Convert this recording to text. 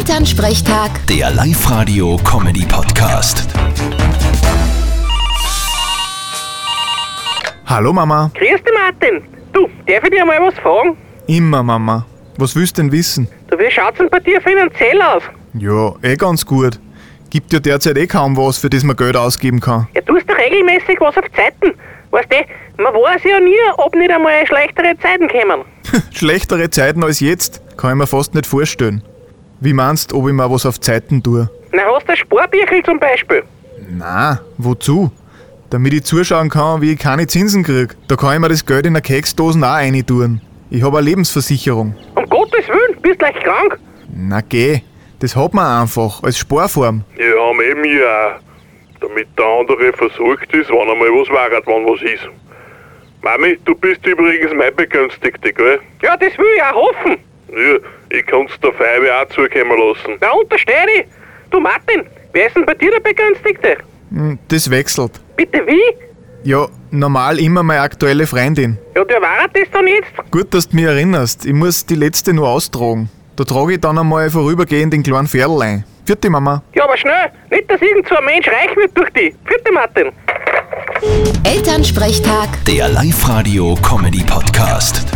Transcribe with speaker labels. Speaker 1: Elternsprechtag,
Speaker 2: Der Live-Radio-Comedy-Podcast.
Speaker 3: Hallo Mama.
Speaker 4: Grüß dich, Martin. Du, darf ich dir mal was fragen?
Speaker 3: Immer Mama. Was willst denn wissen?
Speaker 4: Du, wie schaut's denn bei dir finanziell aus?
Speaker 3: Ja, eh ganz gut. Gibt ja derzeit eh kaum was, für das man Geld ausgeben kann.
Speaker 4: Ja, tust doch regelmäßig was auf Zeiten. Weißt du, man weiß ja nie, ob nicht einmal schlechtere Zeiten kommen.
Speaker 3: Schlechtere Zeiten als jetzt kann ich mir fast nicht vorstellen. Wie meinst, ob ich mir was auf Zeiten tue?
Speaker 4: Na, hast du ein Sparbüchel zum Beispiel?
Speaker 3: Na, wozu? Damit ich zuschauen kann, wie ich keine Zinsen krieg. Da kann ich mir das Geld in der Keksdosen auch reintun. Ich habe eine Lebensversicherung.
Speaker 4: Um Gottes Willen, bist gleich krank.
Speaker 3: Na geh, das hat man einfach, als Sparform.
Speaker 5: Ja, haben eben ja auch. Damit der andere versorgt ist, wenn einmal was wäre, wenn was ist. Mami, du bist übrigens mein Begünstigte, gell?
Speaker 4: Ja, das will ich auch hoffen.
Speaker 5: Ja, ich kann's der Feibe auch zukommen lassen.
Speaker 4: Na, untersteh dich. Du, Martin, wer ist denn bei dir der Begünstigte?
Speaker 3: Hm, Das wechselt.
Speaker 4: Bitte wie?
Speaker 3: Ja, normal immer meine aktuelle Freundin.
Speaker 4: Ja, der war das dann jetzt?
Speaker 3: Gut, dass du mich erinnerst. Ich muss die letzte nur austragen. Da trage ich dann einmal vorübergehend den kleinen Pferdl ein. Vierte Mama.
Speaker 4: Ja, aber schnell. Nicht, dass irgend so ein Mensch reich wird durch die. Vierte Martin.
Speaker 1: Elternsprechtag.
Speaker 2: Der Live-Radio-Comedy-Podcast.